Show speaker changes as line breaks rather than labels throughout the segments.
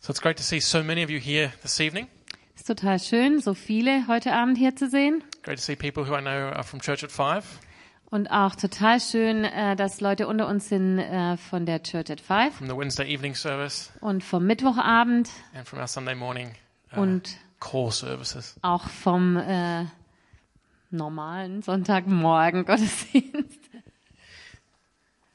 So it's great to see so many of you here this evening.
Ist total schön, so viele heute Abend hier zu sehen.
Great to see people who I know are from Church at Five,
Und auch total schön, äh, dass Leute unter uns sind äh, von der Church at Five
from the Wednesday evening service,
und vom Mittwochabend
and from our Sunday morning uh,
und
core services.
auch vom äh, normalen Sonntagmorgen Gottesdienst.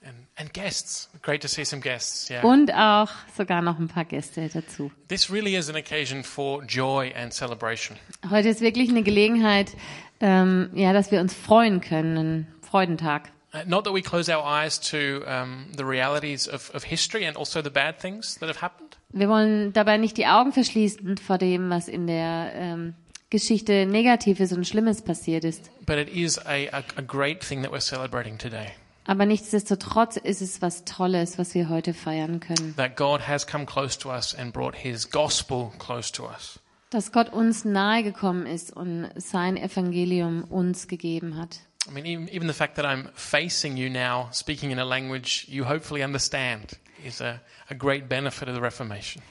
And, and guests. Great to see some guests. Yeah.
Und auch sogar noch ein paar Gäste dazu.
This really is an occasion for joy and celebration.
Heute ist wirklich eine Gelegenheit, ähm, ja, dass wir uns freuen können, ein Freudentag.
Uh, Not that we close our eyes to um, the realities of, of history and also the bad things that have happened,
Wir wollen dabei nicht die Augen verschließen vor dem, was in der ähm, Geschichte Negatives und Schlimmes passiert ist.
but it is a, a, a great thing that we're celebrating today.
Aber nichtsdestotrotz ist es was Tolles, was wir heute feiern können.
That God has come close to us and brought his gospel close to us.
Dass Gott uns nahegekommen ist und sein Evangelium uns gegeben hat.
I mean, even, even the fact that I'm facing you now, speaking in a language you hopefully understand, is a, a great benefit of the Reformation.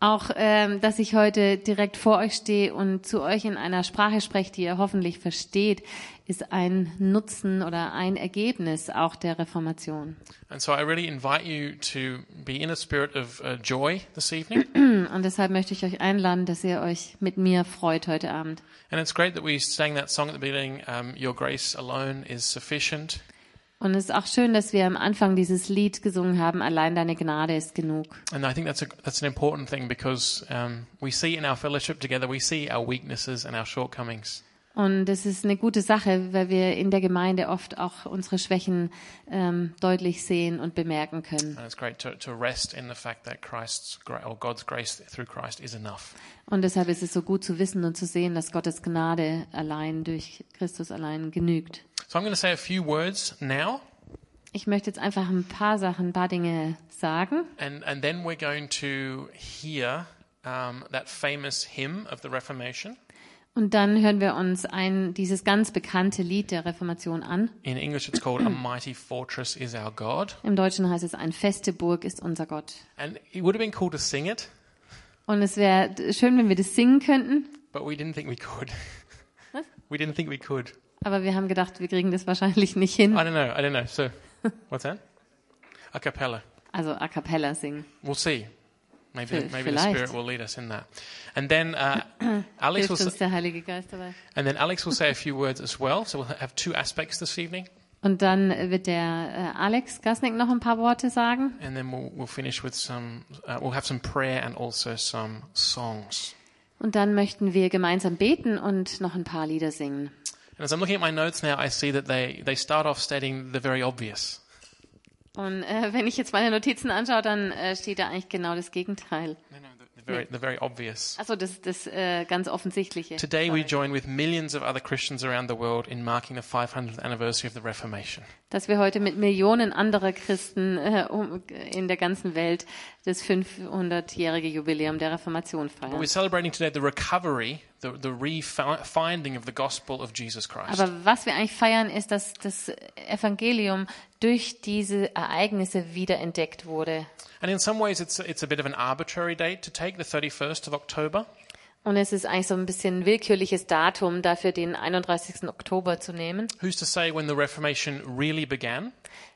Auch, ähm, dass ich heute direkt vor euch stehe und zu euch in einer Sprache spreche, die ihr hoffentlich versteht, ist ein Nutzen oder ein Ergebnis auch der Reformation.
And so I really invite you to be in a spirit of uh, joy this evening.
Hm, Und deshalb möchte ich euch einladen, dass ihr euch mit mir freut heute Abend.
and it's great that we sang that song at the beginning, um, Your Grace Alone is Sufficient.
Und es ist auch schön, dass wir am Anfang dieses Lied gesungen haben, allein deine Gnade ist genug.
And I think that's, a, that's an important thing because um, we see in our fellowship together, we see our weaknesses and our shortcomings.
Und das ist eine gute Sache, weil wir in der Gemeinde oft auch unsere Schwächen ähm, deutlich sehen und bemerken können.
And it's great to, to rest in the fact that Christ's gra- or God's grace through Christ is enough.
Und deshalb ist es so gut zu wissen und zu sehen, dass Gottes Gnade allein durch Christus allein genügt.
So I'm going to say a few words now,
Ich möchte jetzt einfach ein paar Sachen, ein paar Dinge sagen.
and, and then we're going to hear um, that famous hymn of the Reformation.
Und dann hören wir uns ein, dieses ganz bekannte Lied der Reformation an.
In English, it's called A Mighty Fortress Is Our God.
Im Deutschen heißt es, ein feste Burg ist unser Gott.
And it would have been cool to sing it,
Und es wäre d- schön, wenn wir das singen könnten.
but we didn't think we could. we didn't think we could.
Aber wir haben gedacht, wir kriegen das wahrscheinlich nicht hin.
I don't know. I don't know. So, what's that? A cappella.
Also a cappella singen.
We'll see. Maybe,
Vielleicht.
maybe the Spirit will lead us in that. And then uh, Alex will,
Hilft uns
s-
der Heilige Geist dabei.
and then Alex will say a few words as well. So we'll have two aspects this evening,
Und dann wird der äh, Alex Gasnick noch ein paar Worte sagen.
and then we'll, we'll finish with some. Uh, we'll have some prayer and also some songs.
Und dann möchten wir gemeinsam beten und noch ein paar Lieder singen.
And as I'm looking at my notes now, I see that they, they start off stating the very obvious.
Und äh, wenn ich jetzt meine Notizen anschaue, dann äh, steht da eigentlich genau das Gegenteil.
No, no, the, the very the very obvious.
Also das, das äh, ganz Offensichtliche.
Today we join with millions of other Christians around the world in marking the 500th anniversary of the Reformation.
Dass wir heute mit Millionen anderer Christen äh, um, in der ganzen Welt das 500-jährige Jubiläum der Reformation
But
feiern.
we're celebrating today the recovery, the, the refinding of the gospel of Jesus Christ.
Aber was wir eigentlich feiern, ist, dass das Evangelium durch diese Ereignisse wiederentdeckt wurde.
And in some ways it's, it's a bit of an arbitrary date to take, the 31st of October.
Und es ist eigentlich so ein bisschen ein willkürliches Datum, dafür den 31. Oktober zu nehmen.
Who's to say when the Reformation really began?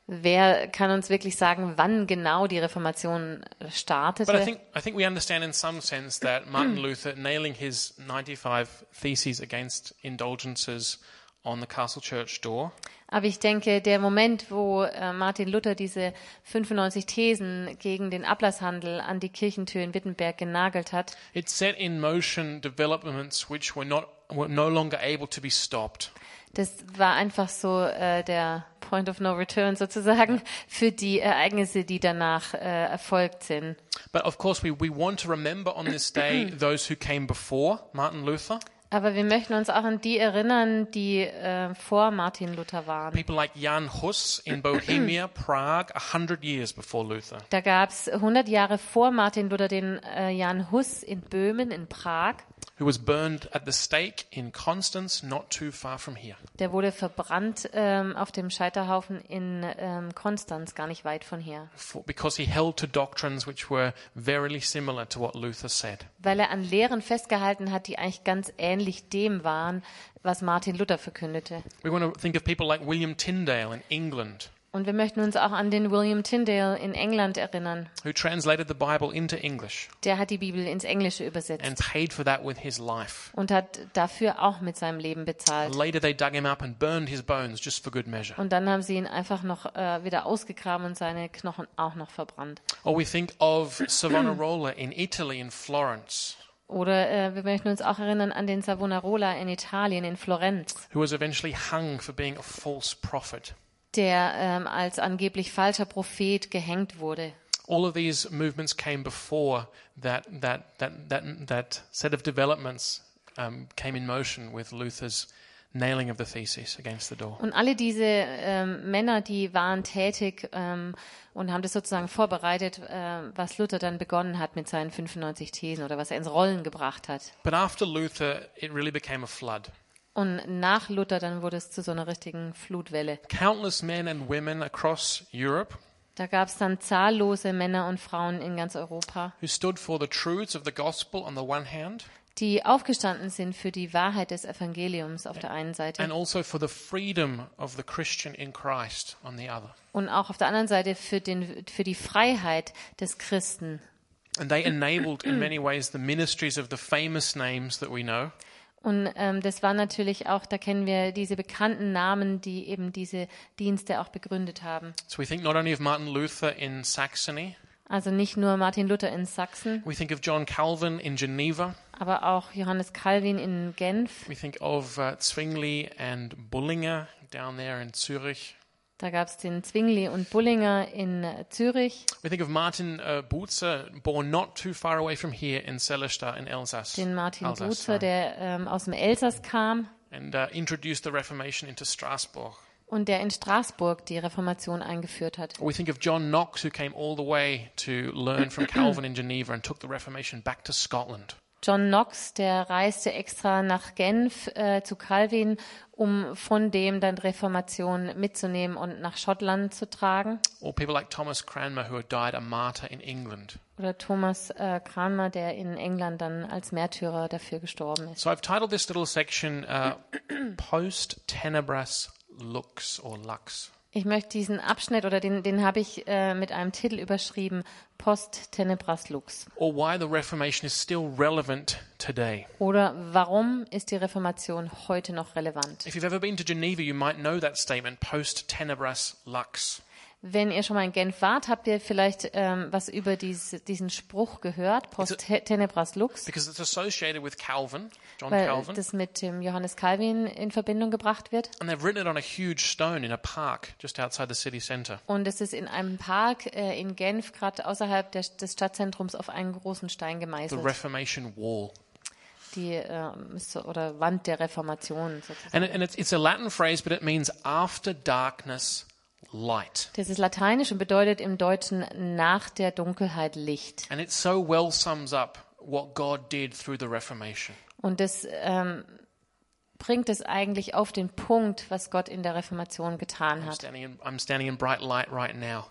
Wer kann uns wirklich sagen, wann genau die Reformation
But I
startete?
think, I think we understand in some sense that Martin Luther nailing his 95 theses against indulgences on the castle church door
Aber ich denke, der Moment, wo äh, Martin Luther diese 95 Thesen gegen den Ablasshandel an die Kirchentür in Wittenberg genagelt hat,
It set in motion developments which were not were no longer able to be stopped.
Das war einfach so äh, der Point of No Return sozusagen für die Ereignisse, die danach äh, erfolgt sind.
But of course, we, we want to remember on this day those who came before Martin Luther.
Aber wir möchten uns auch an die erinnern, die äh, vor Martin Luther waren.
People like Jan Hus in Bohemia, Prague, 100 years before Luther.
Da gab es 100 Jahre vor Martin Luther den äh, Jan Hus in Böhmen, in Prag.
who was burned at the stake in Constance, not too far from here.
Der wurde verbrannt ähm, auf dem Scheiterhaufen in ähm, Konstanz, gar nicht weit von hier,
For, because he held to doctrines which were verily similar to what Luther said.
weil er an Lehren festgehalten hat, die eigentlich ganz ähnlich dem waren, was Martin Luther verkündete.
We want to think of people like William Tyndale in England,
Und wir möchten uns auch an den William Tyndale in England erinnern.
who translated the Bible into English
Der hat die Bibel ins Englische übersetzt
and paid for that with his life.
und hat dafür auch mit seinem Leben bezahlt.
Later, they dug him up and burned his bones just for good measure.
Und dann haben sie ihn einfach noch äh, wieder ausgegraben und seine Knochen auch noch verbrannt.
Or we think of Savonarola in Italy, in Florence,
Oder äh, wir möchten uns auch erinnern an den Savonarola in Italien, in Florenz,
who was eventually hung for being a false prophet.
der ähm, als angeblich falscher Prophet gehängt wurde.
all of these movements came before that that that that that set of developments um, came in motion with Luther's nailing of the thesis against the door.
Und alle diese ähm, Männer, die waren tätig ähm, und haben das sozusagen vorbereitet, äh, was Luther dann begonnen hat mit seinen 95 Thesen oder was er ins Rollen gebracht hat.
But after Luther, it really became a flood.
Und nach Luther dann wurde es zu so einer richtigen Flutwelle.
Countless men and women across Europe
Da gab es dann zahllose Männer und Frauen in ganz Europa,
who stood for the truths of the gospel on the one hand,
die aufgestanden sind für die Wahrheit des Evangeliums auf der einen Seite
and also for the freedom of the Christian in Christ on the other.
und auch auf der anderen Seite für, den, für die Freiheit des Christen.
And they enabled, in many ways, the ministries of the famous names that we know.
Und ähm, das war natürlich auch, da kennen wir diese bekannten Namen, die eben diese Dienste auch begründet haben.
So we think not only of Martin Luther in Saxony,
Also nicht nur Martin Luther in Sachsen,
We think of John Calvin in Geneva.
aber auch Johannes Calvin in Genf.
We think of uh, Zwingli and Bullinger down there in Zurich.
Da gab es den Zwingli und Bullinger in äh, Zürich,
We think of Martin uh, Bucer, born not too far away from here in Selistadt in Elsass.
den Martin
Elsass,
Buzer,
sorry.
der ähm, aus dem Elsass kam.
And uh, introduced the Reformation into Strasbourg.
und der in Straßburg die Reformation eingeführt hat.
Or we think of John Knox, who came all the way to learn from Calvin in Geneva and took the Reformation back to Scotland.
John Knox, der reiste extra nach Genf äh, zu Calvin, um von dem dann Reformation mitzunehmen und nach Schottland zu tragen.
Or people like Thomas Cranmer, who had died a martyr in England.
Oder Thomas äh, Cranmer, der in England dann als Märtyrer dafür gestorben ist.
So I've titled this little section uh, Post Tenebras Lux or Lux.
Ich möchte diesen Abschnitt oder den, den habe ich äh, mit einem Titel überschrieben, Post Tenebras Lux.
or why the Reformation is still relevant today.
Oder warum ist die Reformation heute noch relevant?
If you've ever been to Geneva, you might know that statement post tenebras lux.
Wenn ihr schon mal in Genf wart, habt ihr vielleicht ähm, was über dies, diesen Spruch gehört, Post te- Tenebras Lux,
Because it's associated with Calvin, John
weil
Calvin,
das mit dem Johannes Calvin in Verbindung gebracht wird.
and they've written it on a huge stone in a park just outside the city centre.
Und es ist in einem Park äh, in Genf, gerade außerhalb der, des Stadtzentrums, auf einen großen Stein
The
gemeißelt,
Reformation Wall.
die ähm, so, oder Wand der Reformation. Sozusagen.
And, it, and it's, it's a Latin phrase, but it means after darkness, light.
Das ist lateinisch und bedeutet im Deutschen nach der Dunkelheit Licht.
And it so well sums up what God did through the Reformation.
Und das ähm, bringt es eigentlich auf den Punkt, was Gott in der Reformation getan
I'm
hat.
standing in, I'm standing in bright light right now.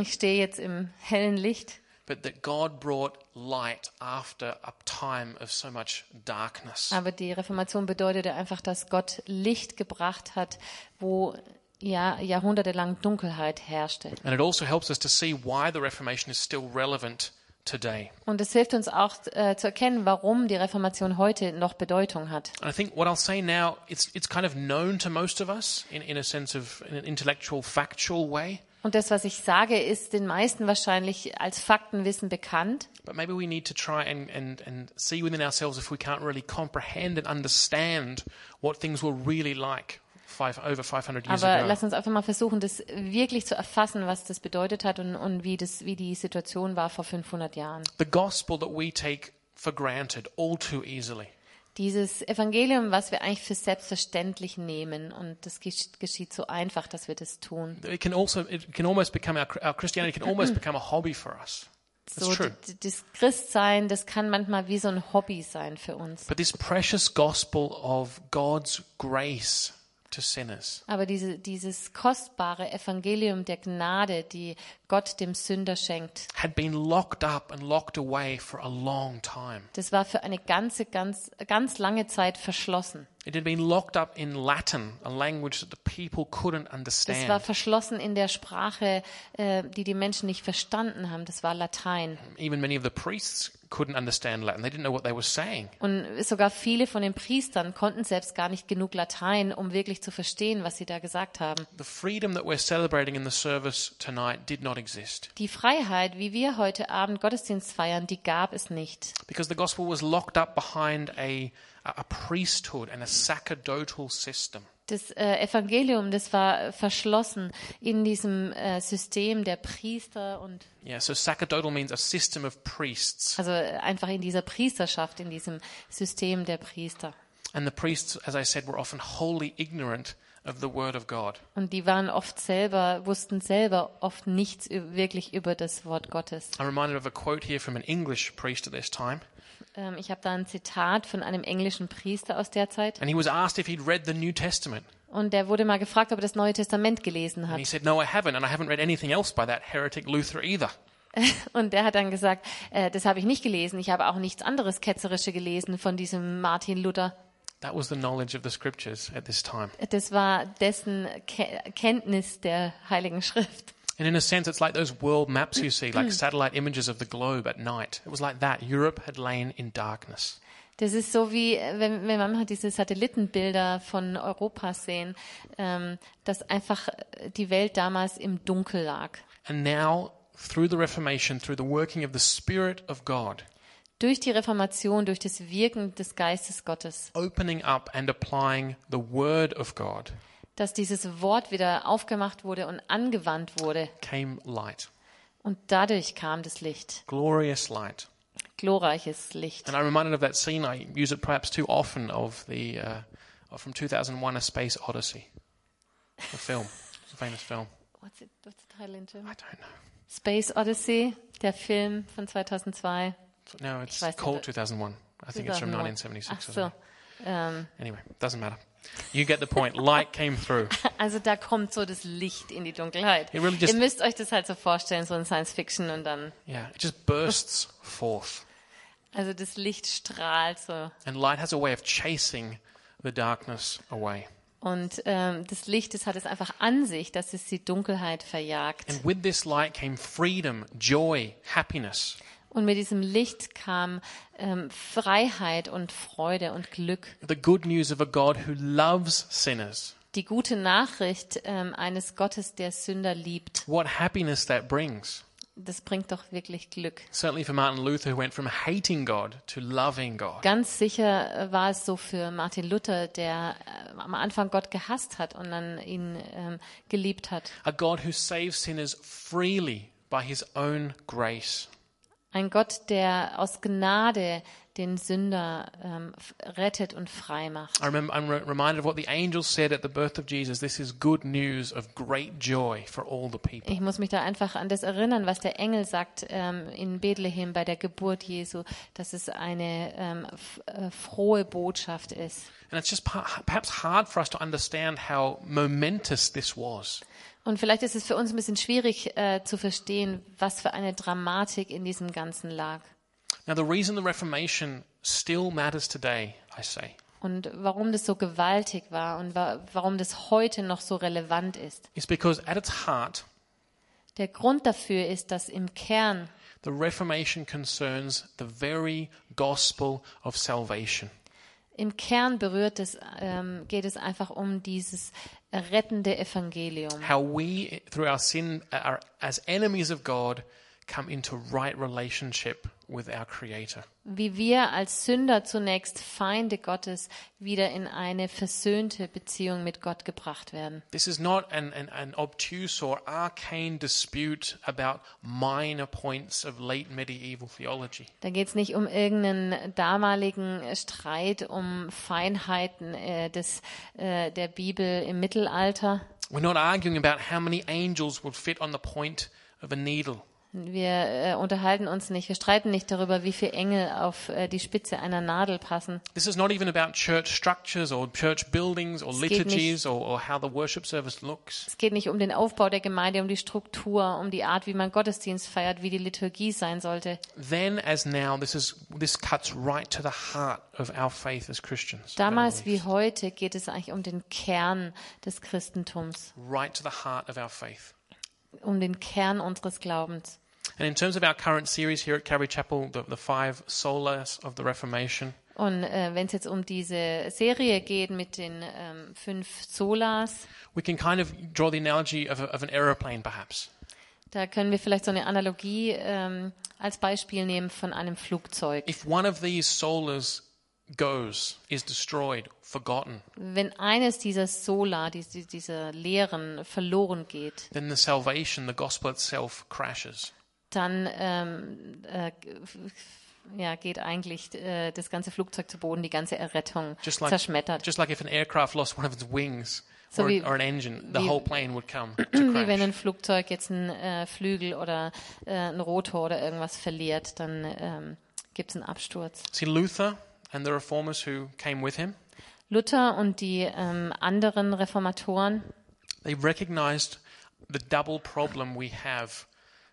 Ich stehe jetzt im hellen Licht,
but that God brought light after a time of so much darkness.
aber die Reformation bedeutete einfach, dass Gott Licht gebracht hat, wo ja, jahrhundertelang Dunkelheit herrschte.
And it also helps us to see why the Reformation is still relevant today.
Und es hilft uns auch äh, zu erkennen, warum die Reformation heute noch Bedeutung hat.
And I think what I'll say now, it's, it's kind of known to most of us in, in a sense of in an intellectual, factual way,
Und das, was ich sage, ist den meisten wahrscheinlich als Faktenwissen bekannt.
but maybe we need to try and, and, and see within ourselves if we can't really comprehend and understand what things were really like five, over 500 years
Aber
ago.
lass uns einfach mal versuchen, das wirklich zu erfassen, was das bedeutet hat und, und wie, das, wie die Situation war vor 500 Jahren.
The gospel that we take for granted all too easily.
Dieses Evangelium, was wir eigentlich für selbstverständlich nehmen, und das gesch- geschieht so einfach, dass wir das tun.
It can also it can almost become our, our Christianity can almost become a hobby for us. That's
So
true.
d- d- das Christsein, das kann manchmal wie so ein Hobby sein für uns.
But this precious gospel of God's grace to sinners,
Aber diese, dieses kostbare Evangelium der Gnade, die Gott dem Sünder schenkt,
had been locked up and locked away for a long time.
das war für eine ganze, ganz, ganz lange Zeit verschlossen.
It had been locked up in Latin, a language that the people couldn't
Das war
understand.
verschlossen in der Sprache, äh, die die Menschen nicht verstanden haben. Das war Latein.
Even many of the priests couldn't understand Latin. They didn't know what they were saying.
Und sogar viele von den Priestern konnten selbst gar nicht genug Latein, um wirklich zu verstehen, was sie da gesagt haben.
The freedom that we're celebrating in the service tonight did not exist
Die Freiheit, wie wir heute Abend Gottesdienst feiern, die gab es nicht.
because the gospel was locked up behind a, a priesthood and a sacerdotal system.
Das äh, Evangelium, das war äh, verschlossen in diesem äh, System der Priester und
Yeah, so sacerdotal means a system of priests.
also äh, einfach in dieser Priesterschaft, in diesem System der Priester.
And the priests, as I said, were often wholly ignorant of the word of God.
Und die waren oft selber, wussten selber oft nichts ü- wirklich über das Wort Gottes.
I'm reminded of a quote here from an English priest at this time.
Ähm, ich habe da ein Zitat von einem englischen Priester aus der Zeit.
And he was asked if he'd read the New Testament.
Und der wurde mal gefragt, ob er das Neue Testament gelesen
And he
hat.
said, No, I haven't. And I haven't read anything else by that heretic Luther either.
Und der hat dann gesagt, äh, das habe ich nicht gelesen. Ich habe auch nichts anderes Ketzerische gelesen von diesem Martin Luther.
That was the knowledge of the scriptures at this time.
Das war dessen Ke Kenntnis der Heiligen Schrift.
And in a sense, it's like those world maps you see, like satellite images of the globe at night. It was like that. Europe had lain in darkness.
Das ist so wie, äh, wenn, wenn man diese Satellitenbilder von Europa sehen, ähm, dass einfach äh, die Welt damals im Dunkel lag.
And now, through the Reformation, through the working of the Spirit of God,
Durch die Reformation, durch das Wirken des Geistes Gottes,
opening up and applying the Word of God
dass dieses Wort wieder aufgemacht wurde und angewandt wurde.
came light,
Und dadurch kam das Licht,
glorious light.
glorreiches Licht.
And I'm reminded of that scene. I use it perhaps too often of the uh, of from 2001: A Space Odyssey, the film, it's a famous film.
What's it, what's the title in German?
I don't know.
Space Odyssey, der Film von 2002.
But No, it's
weiß nicht,
called
but-
2001. I think it's from 1976.
Ach
or
so.
something.
Ähm,
Anyway, doesn't matter. You get the point. Light came through.
also da kommt so das Licht in die Dunkelheit.
It really just-
Ihr müsst euch das halt so vorstellen, so in Science Fiction und dann,
Yeah, it just bursts forth,
also das Licht strahlt so.
and light has a way of chasing the darkness away.
Und ähm, das Licht, das hat es einfach an sich, dass es die Dunkelheit verjagt.
And with this light came freedom, joy, happiness.
Und mit diesem Licht kam ähm, Freiheit und Freude und Glück.
The good news of a God who loves sinners.
die gute Nachricht ähm, eines Gottes, der Sünder liebt,
What happiness that brings.
das bringt doch wirklich Glück.
Certainly for Martin Luther, who went from hating God to loving God.
Ganz sicher äh, war es so für Martin Luther, der äh, am Anfang Gott gehasst hat und dann ihn ähm, geliebt hat.
A God who saves sinners freely by his own grace.
Ein Gott, der aus Gnade den Sünder ähm, f- rettet und frei macht.
I remember, I'm re- reminded of what the angels said at the birth of Jesus. This is good news of great joy for all the people.
Ich muss mich da einfach an das erinnern, was der Engel sagt ähm, in Bethlehem bei der Geburt Jesu, dass es eine ähm, f- äh, frohe Botschaft ist.
And it's just pa- perhaps hard for us to understand how momentous this was.
Und vielleicht ist es für uns ein bisschen schwierig äh, zu verstehen, was für eine Dramatik in diesem Ganzen lag.
Now, the reason the Reformation still matters today, I say,
Und warum das so gewaltig war und wa warum das heute noch so relevant ist.
is because at its heart,
Der Grund dafür ist, dass im Kern
the Reformation concerns the very gospel of salvation.
im Kern berührt es, ähm, geht es einfach um dieses rettende Evangelium.
How we, through our sin, are as enemies of God, come into right relationship with our Creator.
wie wir als Sünder zunächst Feinde Gottes wieder in eine versöhnte Beziehung mit Gott gebracht werden.
This is not an, an, an obtuse or arcane dispute about minor points of late medieval theology.
Da geht es nicht um irgendeinen damaligen Streit um Feinheiten äh, des, äh, der Bibel im Mittelalter.
We're not arguing about how many angels would fit on the point of a needle.
Wir äh, unterhalten uns nicht, wir streiten nicht darüber, wie viele Engel auf äh, die Spitze einer Nadel passen.
This is not even about church structures or church buildings or
geht nicht-
liturgies or, or how the worship service looks.
Es geht nicht um den Aufbau der Gemeinde, um die Struktur, um die Art, wie man Gottesdienst feiert, wie die Liturgie sein sollte.
Then, as now, this is this cuts right to the heart of our faith as Christians. our
Damals
belief.
wie heute geht es eigentlich um den Kern des Christentums,
right to the heart of our faith.
um den Kern unseres Glaubens.
And in terms of our current series here at Calvary Chapel, the, the five solas of the Reformation,
Und äh, wenn es jetzt um diese Serie geht mit den ähm, fünf Solas,
we can kind of draw the analogy of, a, of an aeroplane, perhaps.
da können wir vielleicht so eine Analogie ähm, als Beispiel nehmen von einem Flugzeug.
If one of these solas goes, is destroyed, forgotten,
Wenn eines dieser Sola, die, die, dieser Lehren verloren geht,
then the salvation, the gospel itself, crashes.
dann ähm, äh, f- ja, geht eigentlich äh, das ganze Flugzeug zu Boden, die ganze Errettung
Just like-
zerschmettert.
Just like if an aircraft lost one of its wings
So
or,
we-
or an engine, the
we-
whole plane would come to
Wie wenn
crash.
ein Flugzeug jetzt einen äh, Flügel oder äh, einen Rotor oder irgendwas verliert, dann ähm, gibt es einen Absturz.
See, Luther and the reformers who came with him,
Luther und die ähm, anderen Reformatoren,
they recognized the double problem we have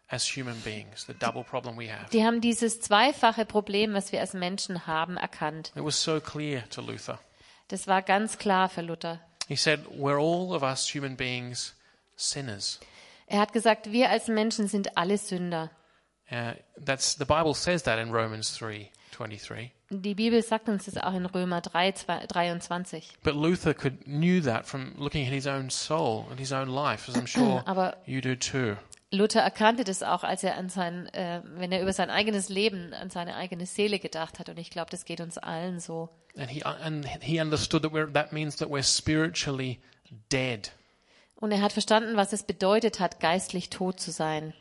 as human beings, the double problem we have.
die haben dieses zweifache Problem, was wir als Menschen haben, erkannt.
It was so clear to Luther.
Das war ganz klar für Luther.
He said, We're all of us human beings sinners.
Er hat gesagt, wir als Menschen sind alle Sünder.
Uh, that's the Bible says that in Romans three twenty three.
Die Bibel sagt uns das auch in Römer 3, 23.
But Luther could knew that from looking at his own soul and his own life, as I'm sure
Aber-
you do too.
Luther erkannte das auch, als er an sein, äh, wenn er über sein eigenes Leben, an seine eigene Seele gedacht hat. Und ich glaube, das geht uns allen so.
And he and he understood that we're, that means that we're spiritually dead.
Und er hat verstanden, was es bedeutet hat, geistlich tot zu sein.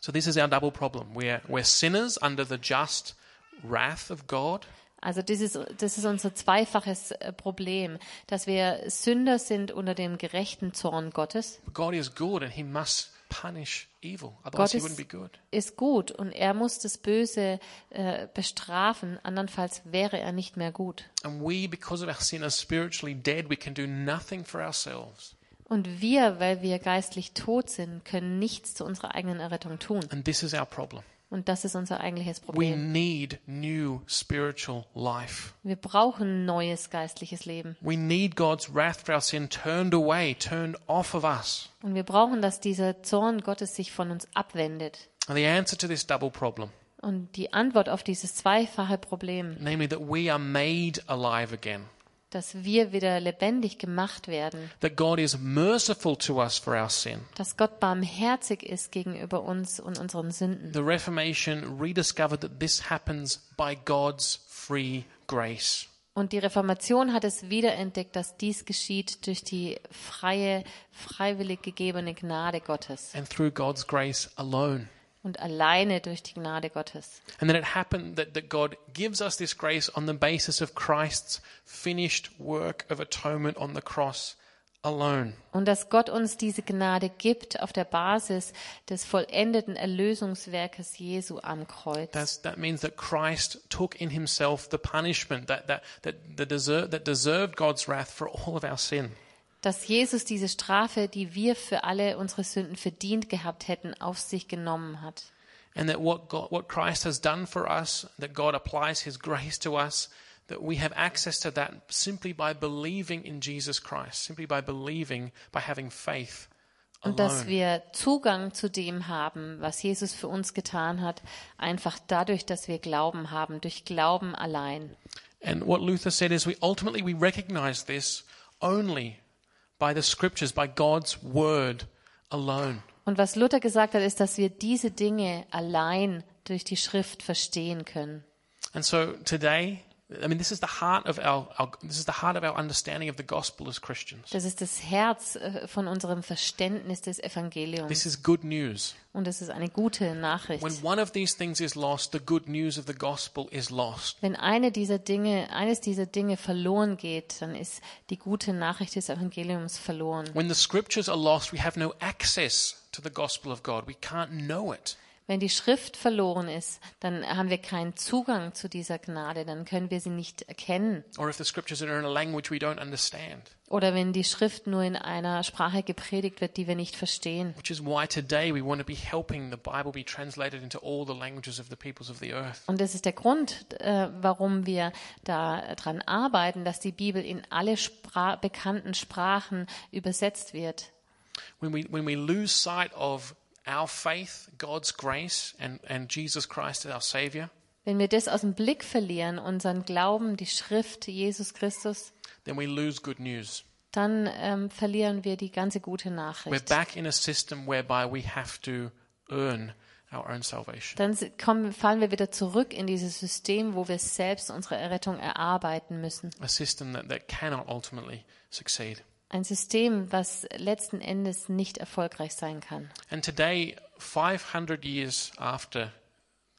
So this is our double problem. We're we're sinners under the just wrath of God,
Also das ist, das ist unser zweifaches äh, Problem, dass wir Sünder sind unter dem gerechten Zorn Gottes.
but God is good and He must punish evil, otherwise He
is-
wouldn't be good.
Ist gut und er muss das Böse äh, bestrafen, andernfalls wäre er nicht mehr gut.
And we, because of our sin, are spiritually dead. We can do nothing for ourselves.
Und wir, weil wir geistlich tot sind, können nichts zu unserer eigenen Errettung tun.
And this is our problem.
Und das ist unser eigentliches
We
Problem.
need new spiritual life.
Wir brauchen neues geistliches Leben.
We need God's wrath for our sin turned away, turned off of us.
Und wir brauchen, dass dieser Zorn Gottes sich von uns abwendet.
And the answer to this double problem,
Und die Antwort auf dieses zweifache Problem,
namely that we are made alive again,
dass wir wieder lebendig gemacht werden,
that God is merciful to us for our sin.
dass Gott barmherzig ist gegenüber uns und unseren Sünden.
The Reformation rediscovered that this happens by God's free grace.
Und die Reformation hat es wiederentdeckt, dass dies geschieht durch die freie, freiwillig gegebene Gnade Gottes.
And through God's grace alone.
und alleine durch die Gnade Gottes.
And then it happened that, that God gives us this grace on the basis of Christ's finished work of atonement on the cross alone.
Und dass Gott uns diese Gnade gibt auf der Basis des vollendeten Erlösungswerkes Jesu am Kreuz.
That's, that means that Christ took in himself the punishment that, that, that, the deser that deserved God's wrath for all of our sin.
dass Jesus diese Strafe, die wir für alle unsere Sünden verdient gehabt hätten, auf sich genommen hat.
And that what, God, what Christ has done for us, that God applies his grace to us, that we have access to that simply by believing in Jesus Christ, simply by believing, by having faith
Und dass
alone.
wir Zugang zu dem haben, was Jesus für uns getan hat, einfach dadurch, dass wir Glauben haben, durch Glauben allein.
And what Luther said is we ultimately we recognize this only by the scriptures, by God's word alone.
Und was Luther gesagt hat, ist, dass wir diese Dinge allein durch die Schrift verstehen können.
And so today, I mean, this is the heart of our, our this is the heart of our understanding of the gospel as Christians.
Das ist das Herz äh, von unserem Verständnis des Evangeliums.
This is good news.
Und das ist eine gute Nachricht.
When one of these things is lost, the good news of the gospel is lost.
Wenn eine dieser Dinge, eines dieser Dinge verloren geht, dann ist die gute Nachricht des Evangeliums verloren.
When the scriptures are lost, we have no access to the gospel of God. We can't know it.
Wenn die Schrift verloren ist, dann haben wir keinen Zugang zu dieser Gnade, dann können wir sie nicht erkennen.
Or if the scriptures are in a language we don't understand,
Oder wenn die Schrift nur in einer Sprache gepredigt wird, die wir nicht verstehen.
which is why today we want to be helping the Bible be translated into all the languages of the peoples of the earth.
Und das ist der Grund, äh, warum wir daran arbeiten, dass die Bibel in alle Spra bekannten Sprachen übersetzt wird.
When we, when we lose sight of our faith, God's grace, and, and Jesus Christ as our Savior,
Wenn wir das aus dem Blick verlieren, unseren Glauben, die Schrift, Jesus Christus,
then we lose good news.
dann ähm, verlieren wir die ganze gute
We're
Nachricht.
back in a system whereby we have to earn our own salvation.
Dann s- kommen, fallen wir wieder zurück in dieses System, wo wir selbst unsere Errettung erarbeiten müssen.
A system that, that cannot ultimately succeed.
Ein System, was letzten Endes nicht erfolgreich sein kann.
And today, 500 years after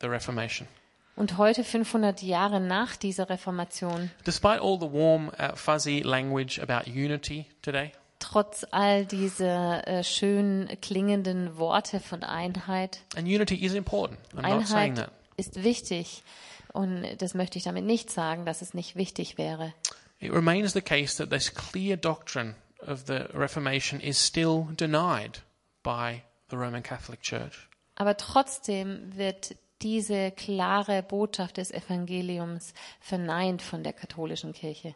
the Reformation,
Und heute, 500 Jahre nach dieser Reformation,
despite all the warm, uh, fuzzy language about unity today,
trotz all dieser äh, schön klingenden Worte von Einheit,
and unity is important, I'm not saying
Einheit
that,
ist wichtig. Und das möchte ich damit nicht sagen, dass es nicht wichtig wäre.
it remains the case that this clear doctrine of the Reformation is still denied by the Roman Catholic Church.
Aber trotzdem wird diese klare Botschaft des Evangeliums verneint von der katholischen Kirche.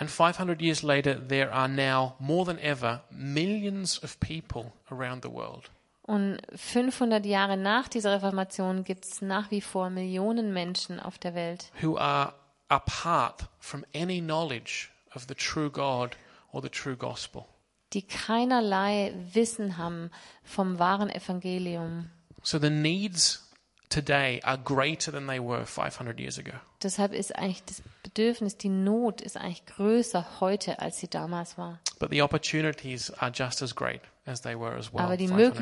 And 500 years later, there are now more than ever millions of people around the world
Und 500 Jahre nach dieser Reformation gibt es nach wie vor Millionen Menschen auf der Welt,
who are apart from any knowledge of the true God or the true gospel.
die keinerlei Wissen haben vom wahren Evangelium.
So the needs today are greater than they were 500 years ago.
Deshalb ist eigentlich das Bedürfnis, die Not ist eigentlich größer heute, als sie damals war.
But the opportunities are just as great as they were as well.
Aber die
500 years ago.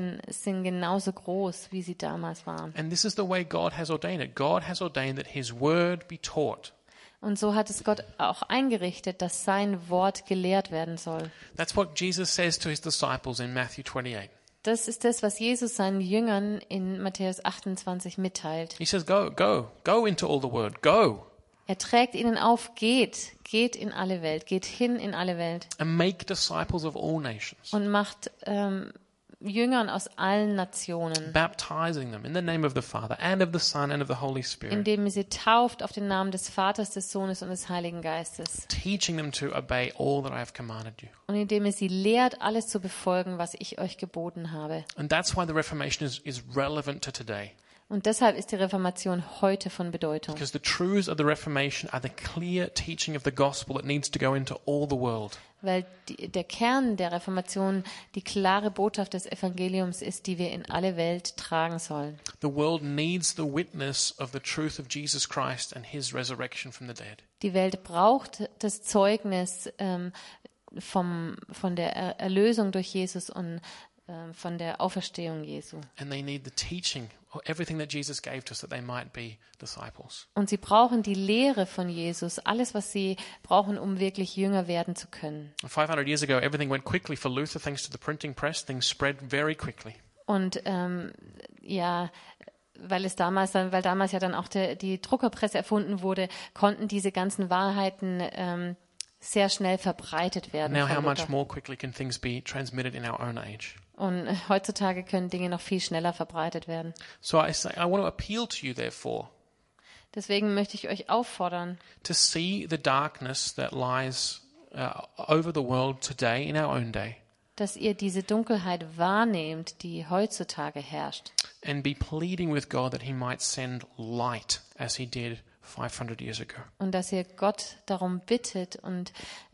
Möglichkeiten sind genauso groß, wie sie damals waren.
And this is the way God has ordained it. God has ordained that His word be taught.
Und so hat es Gott auch eingerichtet, dass sein Wort gelehrt werden soll.
That's what Jesus says to His disciples in Matthew 28.
Das ist das, was Jesus seinen Jüngern in Matthäus 28 mitteilt.
He says, Go, go, go into all the word, go
Er trägt ihnen auf, geht, geht in alle Welt, geht hin in alle Welt
and make disciples of all nations,
und macht ähm, Jüngern aus allen Nationen,
baptizing them in the name of the Father and of the Son and of the Holy Spirit,
indem ihr sie tauft auf den Namen des Vaters, des Sohnes und des Heiligen Geistes
teaching them to obey all that I have commanded you.
und indem ihr sie lehrt, alles zu befolgen, was ich euch geboten habe.
And that's why the Reformation is, is relevant to today,
Und deshalb ist die Reformation heute von Bedeutung.
because the truths of the Reformation are the clear teaching of the gospel that needs to go into all the world.
Weil die, der Kern der Reformation die klare Botschaft des Evangeliums ist, die wir in alle Welt tragen sollen.
The world needs the witness of the truth of Jesus Christ and his resurrection from the dead.
Die Welt braucht das Zeugnis ähm, vom, von der Er- Erlösung durch Jesus und ähm, von der Auferstehung Jesu.
And they need the teaching, or everything that Jesus gave to us, that they might be disciples.
Und sie brauchen die Lehre von Jesus, alles, was sie brauchen, um wirklich Jünger werden zu können.
And 500 years ago, everything went quickly for Luther thanks to the printing press. Things spread very quickly.
Und ähm, ja, weil es damals dann, weil damals ja dann auch der, die Druckerpresse erfunden wurde, konnten diese ganzen Wahrheiten ähm, sehr schnell verbreitet werden.
Now,
von
how much
Luther.
more quickly can things be transmitted in our own age?
Und äh, heutzutage können Dinge noch viel schneller verbreitet werden.
So I, say, I want to appeal to you, therefore,
Deswegen möchte ich euch auffordern,
to see the darkness that lies uh, over the world today in our own day
dass ihr diese Dunkelheit wahrnehmt, die heutzutage herrscht.
and be pleading with God that He might send light as He did 500 years ago.
Und dass ihr Gott darum bittet und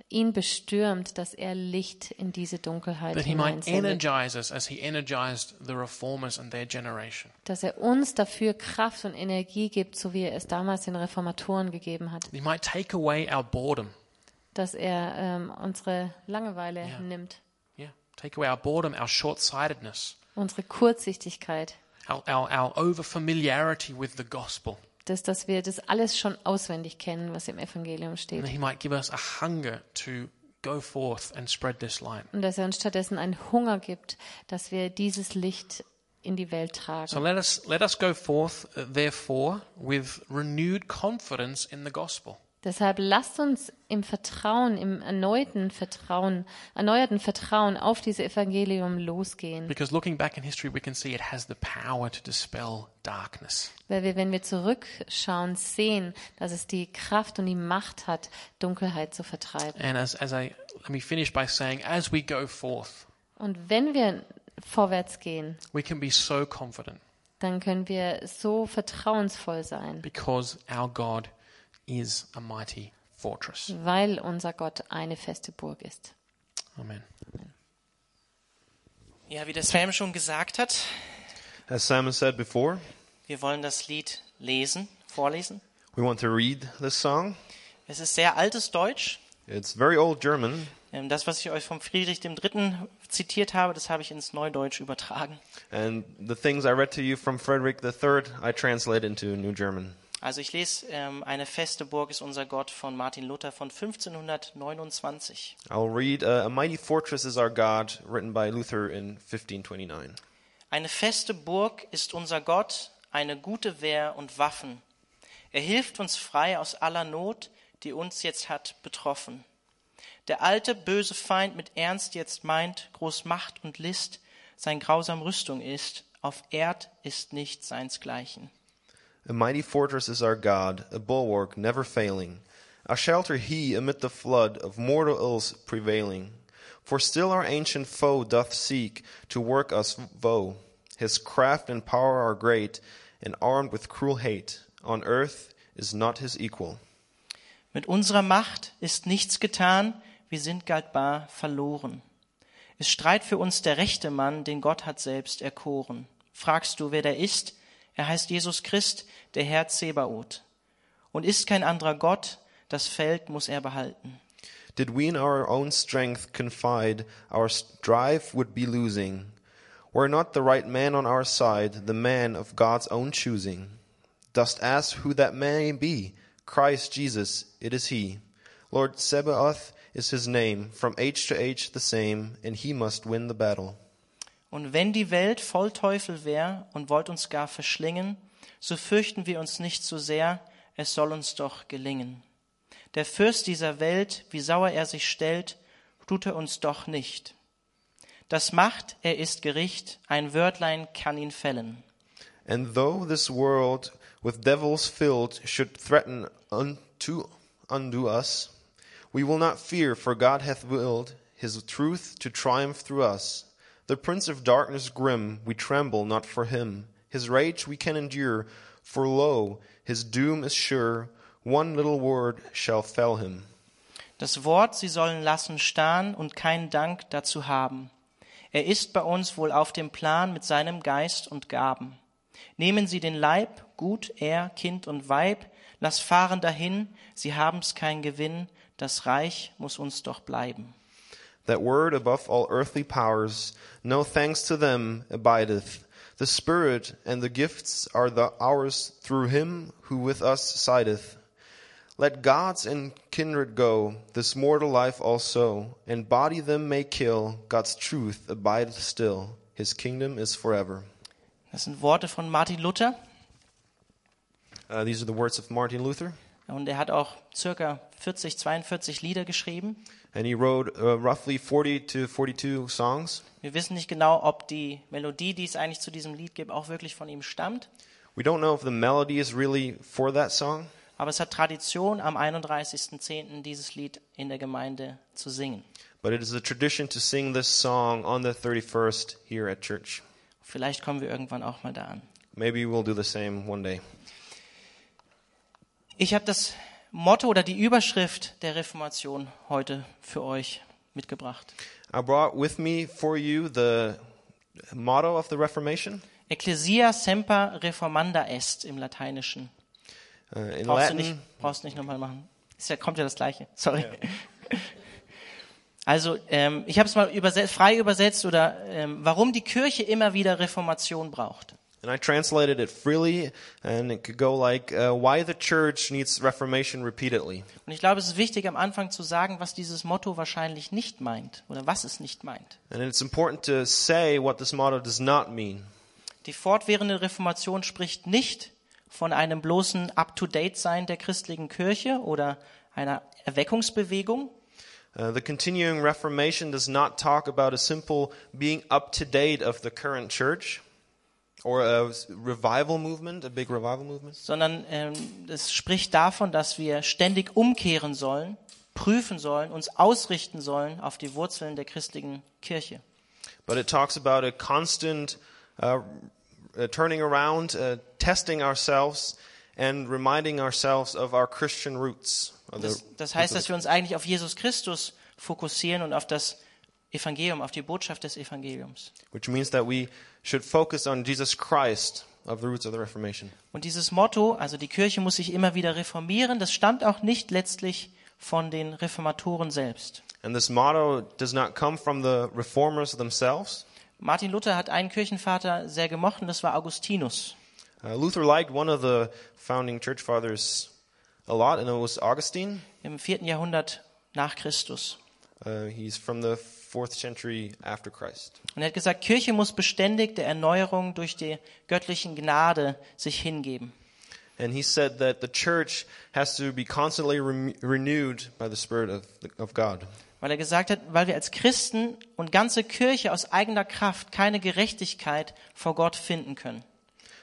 ihn bestürmt, dass er Licht in diese Dunkelheit
that he might
hineinsendet,
energize us as he energized the reformers and their generation.
dass er uns dafür Kraft und Energie gibt, so wie er es damals den Reformatoren gegeben hat,
He might take away our boredom.
dass er ähm, unsere Langeweile
Ja.
nimmt,
Yeah. Take away our boredom, our short sightedness,
unsere Kurzsichtigkeit,
our, our, our over familiarity with the gospel.
dass, dass wir das alles schon auswendig kennen, was im Evangelium
And
steht.
he might give us a hunger to go forth and spread this light.
Und dass er uns stattdessen einen Hunger gibt, dass wir dieses Licht in die Welt tragen.
So let us let us go forth uh, therefore with renewed confidence in the gospel.
Deshalb lasst uns im Vertrauen, im erneuten Vertrauen, erneuerten Vertrauen auf dieses Evangelium losgehen.
Because looking back in history we can see it has the power to dispel darkness.
Weil wir, wenn wir zurückschauen, sehen, dass es die Kraft und die Macht hat, Dunkelheit zu vertreiben.
And as, as I let me finish by saying, as we go forth,
Und wenn wir vorwärts gehen,
we can be so confident
dann können wir so vertrauensvoll sein,
because our God is a mighty fortress.
weil unser Gott eine feste Burg ist.
Amen.
Ja, wie das Sam schon gesagt hat,
As Simon said before,
wir wollen das Lied lesen, vorlesen.
we want to read this song.
Es ist sehr altes Deutsch.
It's very old German,
Ähm, Das, was ich euch vom Friedrich III. zitiert habe, das habe ich ins Neudeutsch übertragen.
and the things I read to you from Frederick III, I translate into New German.
Also ich lese, ähm, eine feste Burg ist unser Gott von Martin Luther von 1529.
I'll read uh, A Mighty Fortress is Our God, written by Luther in 1529.
Eine feste Burg ist unser Gott, eine gute Wehr und Waffen. Er hilft uns frei aus aller Not, die uns jetzt hat betroffen. Der alte böse Feind mit Ernst jetzt meint, groß Macht und List, sein grausam Rüstung ist, auf Erd ist nicht seinsgleichen.
A mighty fortress is our God, a bulwark never failing. Our shelter he amid the flood of mortal ills prevailing. For still our ancient foe doth seek to work us woe. His craft and power are great, and armed with cruel hate, on earth is not his equal.
Mit unserer Macht ist nichts getan, wir sind galtbar verloren. Es streit für uns der rechte Mann, den Gott hat selbst erkoren. Fragst du, wer der ist? Er heißt Jesus Christ, der Herr Zebaoth. Und ist kein anderer Gott, das Feld muss er behalten.
Did we in our own strength confide, our strife would be losing. Were not the right man on our side, the man of God's own choosing. Dost ask who that may be? Christ Jesus, it is he. Lord Sebaoth is his name, from age to age the same, and he must win the battle.
Und wenn die Welt voll Teufel wär und wollt uns gar verschlingen, so fürchten wir uns nicht so sehr, es soll uns doch gelingen. Der Fürst dieser Welt, wie sauer er sich stellt, tut er uns doch nicht. Das macht, er ist Gericht, ein Wörtlein kann ihn fällen.
And though this world with devils filled should threaten unto undo us, we will not fear, for God hath willed his truth to triumph through us. The prince of darkness grim, we tremble not for him. His rage we can endure, for lo, his doom is sure. One little word shall fell him.
Das Wort sie sollen lassen starren und keinen Dank dazu haben. Er ist bei uns wohl auf dem Plan mit seinem Geist und Gaben. Nehmen sie den Leib, gut, er, Kind und Weib, lass fahren dahin, sie haben's kein Gewinn, das Reich muss uns doch bleiben.
that word above all earthly powers, no thanks to them abideth. The Spirit and the gifts are the ours through him who with us sideth. Let gods and kindred go, this mortal life also, and body them may kill, God's truth abideth still, his kingdom is forever.
Das sind Worte von Martin Luther
Uh, these are the words of Martin Luther,
und er hat auch circa 40, 42 Lieder geschrieben.
and he wrote uh, roughly 40 to 42 songs.
Wir wissen nicht genau, ob die Melodie, die es eigentlich zu diesem Lied gibt, auch wirklich von ihm stammt.
We don't know if the melody is really for that song.
Aber es hat Tradition, am 31.10. dieses Lied in der Gemeinde zu singen.
But it is a tradition to sing this song on the 31st here at church.
Vielleicht kommen wir irgendwann auch mal da an.
Maybe we'll do the same one day.
Ich habe das Motto oder die Überschrift der Reformation heute für euch mitgebracht.
I brought with me for you the motto of the Reformation.
Ecclesia semper reformanda est im Lateinischen.
Uh, in
Brauchst
Latin,
du nicht, brauchst du nicht nochmal machen. Ist ja, kommt ja das Gleiche. Sorry. Also, ähm, ich habe es mal überset frei übersetzt oder ähm, warum die Kirche immer wieder Reformation braucht.
and I translated it freely, and it could go like, uh, "Why the Church needs Reformation repeatedly."
Und ich glaube, es ist wichtig, am Anfang zu sagen, was dieses Motto wahrscheinlich nicht meint oder was es nicht meint.
And it's important to say what this motto does not mean.
Die fortwährende Reformation spricht nicht von einem bloßen Up-to-Date-Sein der christlichen Kirche oder einer Erweckungsbewegung,
Uh, the continuing Reformation does not talk about a simple being up to date of the current church or a s- revival movement, a big revival movement.
sondern ähm, es spricht davon, dass wir ständig umkehren sollen, prüfen sollen, uns ausrichten sollen auf die Wurzeln der christlichen Kirche.
But it talks about a constant uh, uh, turning around, uh, testing ourselves, and reminding ourselves of our Christian roots. of the-
Das, das heißt, dass wir uns eigentlich auf Jesus Christus fokussieren und auf das Evangelium, auf die Botschaft des Evangeliums.
which means that we should focus on Jesus Christ of the roots of the Reformation.
Und dieses Motto, also die Kirche muss sich immer wieder reformieren, das stammt auch nicht letztlich von den Reformatoren selbst.
And this motto does not come from the reformers themselves.
Martin Luther hat einen Kirchenvater sehr gemocht und das war Augustinus.
Uh, Luther liked one of the founding church fathers a lot, and it was Augustine.
im vierten Jahrhundert nach Christus.
Uh, he's from the fourth century after Christ.
Und er hat gesagt, Kirche muss beständig der Erneuerung durch die göttlichen Gnade sich hingeben.
And he said that the church has to be constantly re- renewed by the Spirit of, of God.
Weil er gesagt hat, weil wir als Christen und ganze Kirche aus eigener Kraft keine Gerechtigkeit vor Gott finden können.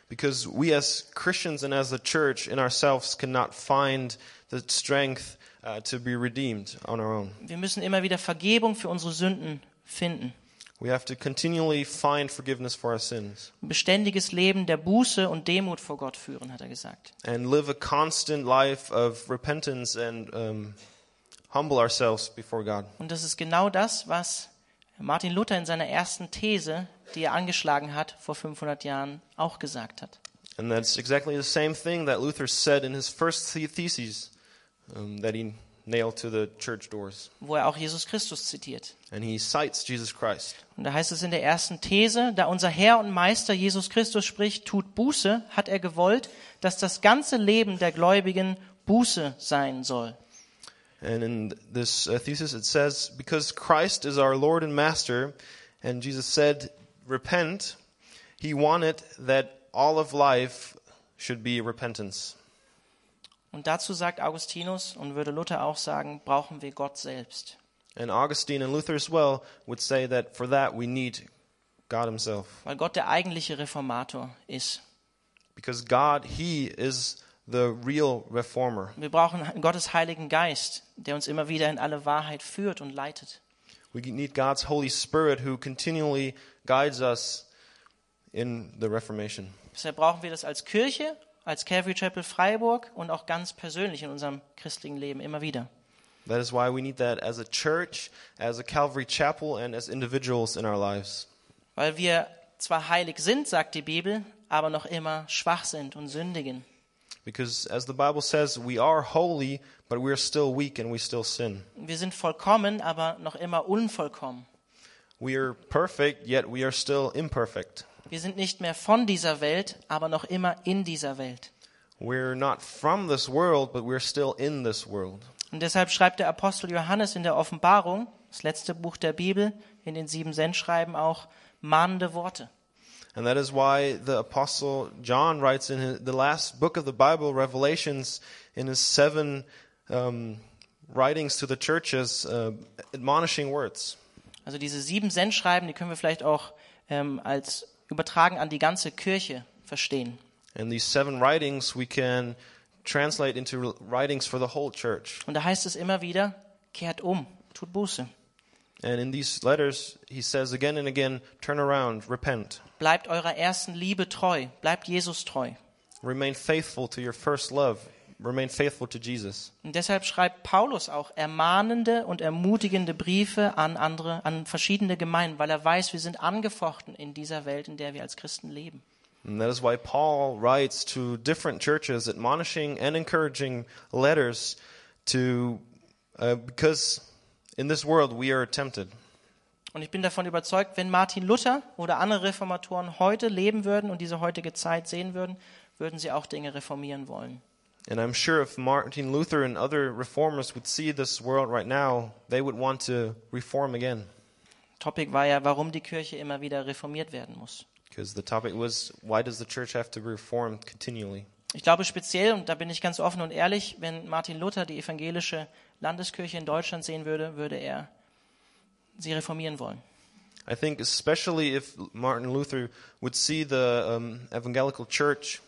Because we as Christians and as the church in ourselves cannot find the strength uh, to be redeemed on our own.
Wir müssen immer wieder Vergebung für unsere Sünden finden.
We have to continually find forgiveness for our sins
Ein beständiges Leben der Buße und Demut vor Gott führen, hat er gesagt.
and live a constant life of repentance and um, humble ourselves before God.
Und das ist genau das, was Martin Luther in seiner ersten These, die er angeschlagen hat, vor 500 Jahren auch gesagt hat.
And that's exactly the same thing that Luther said in his first the- thesis um, that he nailed to the church doors.
wo er auch Jesus Christus zitiert.
And he cites Jesus Christ.
Und da heißt es in der ersten These, da unser Herr und Meister Jesus Christus spricht, tut Buße, hat er gewollt, dass das ganze Leben der Gläubigen Buße sein soll.
And in this uh, thesis, it says, Because Christ is our Lord and Master, and Jesus said, Repent, he wanted that all of life should be repentance.
Und dazu sagt Augustinus und würde Luther auch sagen, brauchen wir Gott selbst.
And Augustine and Luther as well would say that for that we need God Himself.
Weil Gott der eigentliche Reformator ist.
Because God, He is the real reformer.
Wir brauchen Gottes Heiligen Geist, der uns immer wieder in alle Wahrheit führt und leitet.
We need God's Holy Spirit who continually guides us in the Reformation.
Deshalb brauchen wir das als Kirche, als Calvary Chapel Freiburg und auch ganz persönlich in unserem christlichen Leben immer wieder.
That is why we need that as a church, as a Calvary chapel, and as individuals in our lives.
Weil wir zwar heilig sind, sagt die Bibel, aber noch immer schwach sind und sündigen.
Because as the Bible says, we are holy, but we are still weak and we still sin.
Wir sind vollkommen, aber noch immer unvollkommen.
We are perfect, yet we are still imperfect.
Wir sind nicht mehr von dieser Welt, aber noch immer in dieser Welt.
We're not from this world, but we're still in this world.
Und deshalb schreibt der Apostel Johannes in der Offenbarung, das letzte Buch der Bibel, in den sieben Sendschreiben auch, mahnende Worte.
And that is why the Apostle John writes in his, the last book of the Bible, Revelations, in his seven um, writings to the churches, uh, admonishing words.
Also diese sieben Sendschreiben, die können wir vielleicht auch ähm, als übertragen an die ganze Kirche verstehen.
And these seven writings we can translate into writings for the whole church.
Und da heißt es immer wieder, kehrt um, tut Buße.
And in these letters, he says again and again, turn around, repent,
Bleibt eurer ersten Liebe treu, bleibt Jesus treu.
remain faithful to your first love, remain faithful to Jesus.
Und deshalb schreibt Paulus auch ermahnende und ermutigende Briefe an andere, an verschiedene Gemeinden, weil er weiß, wir sind angefochten in dieser Welt, in der wir als Christen leben.
And that is why Paul writes to different churches, admonishing and encouraging letters to, uh, because in this world we are tempted.
Und ich bin davon überzeugt, wenn Martin Luther oder andere Reformatoren heute leben würden und diese heutige Zeit sehen würden, würden sie auch Dinge reformieren wollen.
And I'm sure if Martin Luther and other reformers would see this world right now, they would want to reform again.
Topic war ja, warum die Kirche immer wieder reformiert werden muss.
Because the topic was why does the church have to be reformed continually?
Ich glaube speziell, und da bin ich ganz offen und ehrlich, wenn Martin Luther die evangelische Landeskirche in Deutschland sehen würde, würde er sie reformieren wollen.
I think especially if Martin Luther would see the um, evangelical church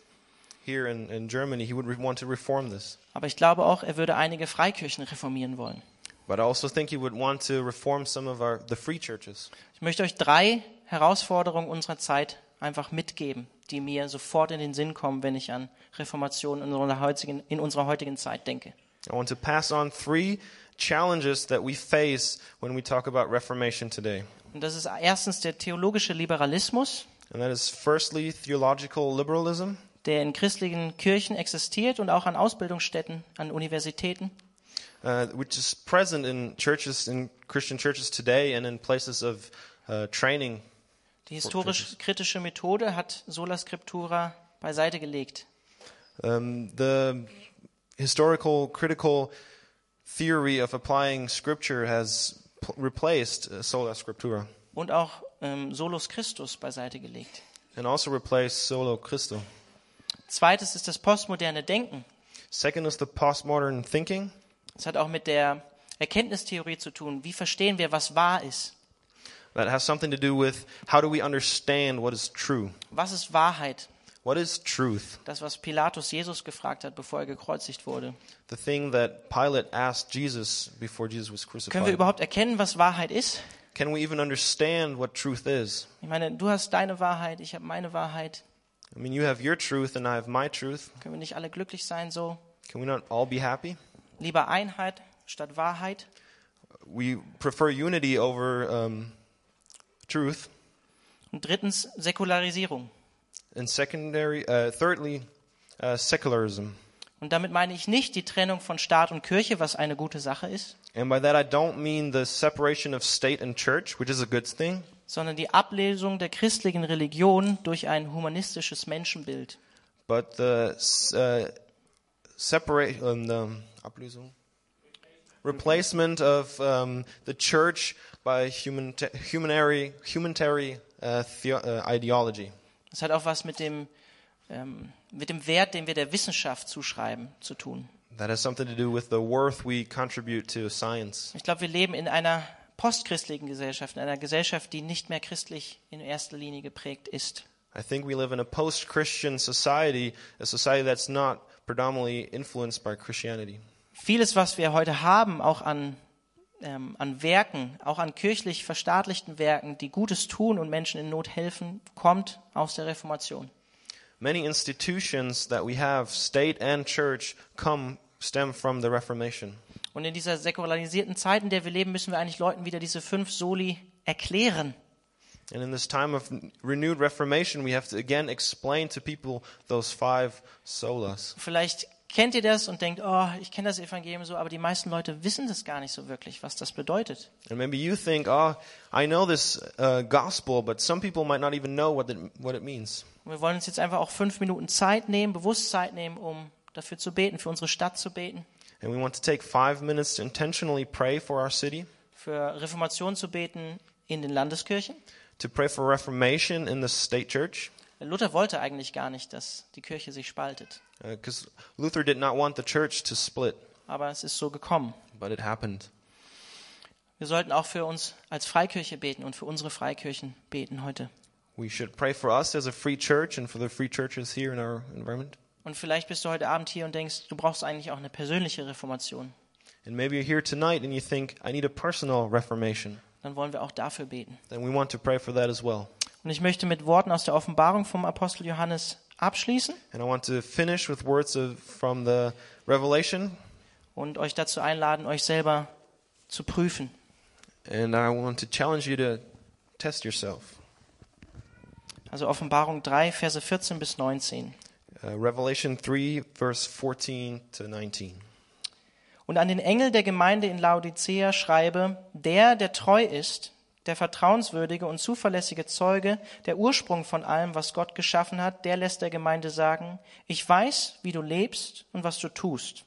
here in, in Germany, he would re- want to reform this.
Aber ich glaube auch, er würde einige Freikirchen reformieren wollen.
But I also think he would want to reform some of our the free churches.
Ich möchte euch drei Herausforderungen unserer Zeit einfach mitgeben, die mir sofort in den Sinn kommen, wenn ich an Reformation in unserer heutigen, in unserer heutigen Zeit denke.
I want to pass on three challenges that we face when we talk about reformation today.
Und das ist erstens der theologische Liberalismus,
And that is firstly theological liberalism.
der in christlichen Kirchen existiert und auch an Ausbildungsstätten, an Universitäten.
uh, which is present in churches, in Christian churches today, and in places of uh, training.
Die historisch-kritische Methode hat Sola Scriptura beiseite gelegt.
Um, the historical, critical theory of applying Scripture has pl- replaced uh, sola scriptura,
und auch ähm, Solus Christus beiseite gelegt.
and also replaced solo Christo.
Zweites ist das postmoderne Denken.
Second is the postmodern thinking.
Das hat auch mit der Erkenntnistheorie zu tun. Wie verstehen wir, was wahr ist?
That has something to do with how do we understand what is true?
Was ist Wahrheit?
What is truth?
Das, was Pilatus Jesus gefragt hat, bevor er gekreuzigt wurde.
The thing that Pilate asked Jesus before Jesus was
Können wir
crucified.
überhaupt erkennen, was Wahrheit ist?
Can we even understand what truth is?
Ich meine, du hast deine Wahrheit, ich habe meine Wahrheit.
I mean, you have your truth and I have my truth.
Können wir nicht alle glücklich sein so?
Can we not all be happy?
Lieber Einheit statt Wahrheit.
We prefer unity over um, truth.
Und drittens Säkularisierung.
And secondary, uh, thirdly, uh, secularism.
Und damit meine ich nicht die Trennung von Staat und Kirche, was eine gute Sache ist,
And by that, I don't mean the separation of state and church, which is a good thing,
sondern die Ablösung der christlichen Religion durch ein humanistisches Menschenbild.
but the s- uh, separate, um, the Ablösung? replacement of um, the church by human, humanary, humanitary uh, theo- uh, ideology.
Das hat auch was mit dem, ähm, mit dem Wert, den wir der Wissenschaft zuschreiben, zu tun.
That has something to do with the worth we contribute to science.
Ich glaube, wir leben in einer postchristlichen Gesellschaft, in einer Gesellschaft, die nicht mehr christlich in erster Linie geprägt ist.
I think we live in a post Christian society, a society that's not predominantly influenced by Christianity.
Vieles, was wir heute haben, auch an, ähm, an Werken, auch an kirchlich verstaatlichten Werken, die Gutes tun und Menschen in Not helfen, kommt aus der Reformation.
Many institutions that we have, state and church, come stem from the Reformation.
Und in dieser säkularisierten Zeit, in der wir leben, müssen wir eigentlich Leuten wieder diese fünf Soli erklären.
And in this time of renewed Reformation, we have to again explain to people those five solas.
Vielleicht kennt ihr das und denkt, oh, ich kenne das Evangelium so, aber die meisten Leute wissen das gar nicht so wirklich, was das bedeutet.
And maybe you think, oh, I know this uh, gospel, but some people might not even know what it, what it means.
Und wir wollen uns jetzt einfach auch fünf Minuten Zeit nehmen, bewusst Zeit nehmen, um dafür zu beten, für unsere Stadt zu beten,
And we want to take five minutes to intentionally pray for our city,
für Reformation zu beten in den Landeskirchen.
to pray for reformation in the state church,
Luther wollte eigentlich gar nicht, dass die Kirche sich spaltet,
because uh, Luther did not want the church to split,
aber es ist so gekommen.
but it happened.
Wir sollten auch für uns als Freikirche beten und für unsere Freikirchen beten heute.
We should pray for us as a free church and for the free churches here in our environment.
Und vielleicht bist du heute Abend hier und denkst, du brauchst eigentlich auch eine persönliche Reformation.
And maybe you're here tonight and you think, I need a personal reformation.
Dann wollen wir auch dafür beten.
Then we want to pray for that as well.
Und ich möchte mit Worten aus der Offenbarung vom Apostel Johannes abschließen
And I want to finish with words of, from the Revelation,
und euch dazu einladen, euch selber zu prüfen.
and I want to challenge you to test yourself.
Also Offenbarung 3, Verse 14 bis 19.
Uh, Revelation 3, verse 14 to 19.
Und an den Engel der Gemeinde in Laodicea schreibe, der, der treu ist, der vertrauenswürdige und zuverlässige Zeuge, der Ursprung von allem, was Gott geschaffen hat, der lässt der Gemeinde sagen, ich weiß, wie du lebst und was du tust.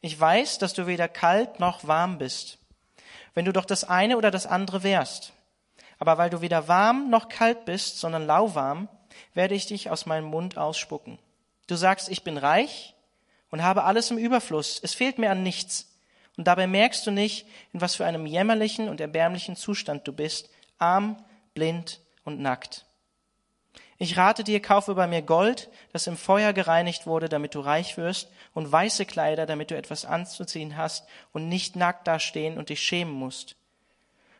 Ich weiß, dass du weder kalt noch warm bist. Wenn du doch das eine oder das andere wärst. Aber weil du weder warm noch kalt bist, sondern lauwarm, werde ich dich aus meinem Mund ausspucken. Du sagst, ich bin reich und habe alles im Überfluss, es fehlt mir an nichts. Und dabei merkst du nicht, in was für einem jämmerlichen und erbärmlichen Zustand du bist, arm, blind und nackt. Ich rate dir, kaufe bei mir Gold, das im Feuer gereinigt wurde, damit du reich wirst, und weiße Kleider, damit du etwas anzuziehen hast und nicht nackt dastehen und dich schämen musst.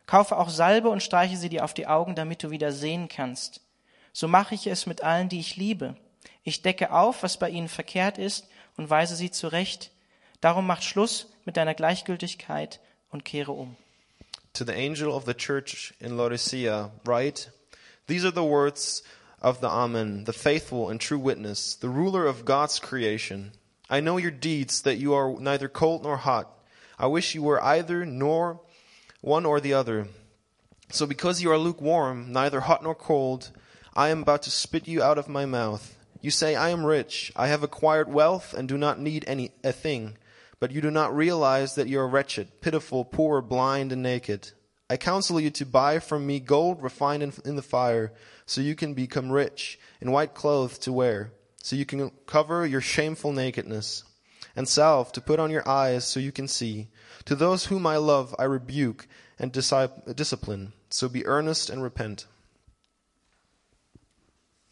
Kaufe auch Salbe und streiche sie dir auf die Augen, damit du wieder sehen kannst. So mache ich es mit allen, die ich liebe. Ich decke auf, was bei ihnen verkehrt ist, und weise sie zurecht. Darum macht Schluss mit deiner Gleichgültigkeit und kehre um.
To the angel of the church in Laodicea, write These are the words of the Amen, the faithful and true witness, the ruler of God's creation. I know your deeds, that you are neither cold nor hot. I wish you were either nor one or the other. So because you are lukewarm, neither hot nor cold, I am about to spit you out of my mouth. You say, I am rich, I have acquired wealth and do not need any a thing, but you do not realize that you are wretched, pitiful, poor, blind, and naked. I counsel you to buy from me gold refined in, in the fire, so you can become rich, and white clothes to wear, so you can cover your shameful nakedness and salve to put on your eyes so you can see. To those whom I love, I rebuke and disci- discipline. So be earnest and repent.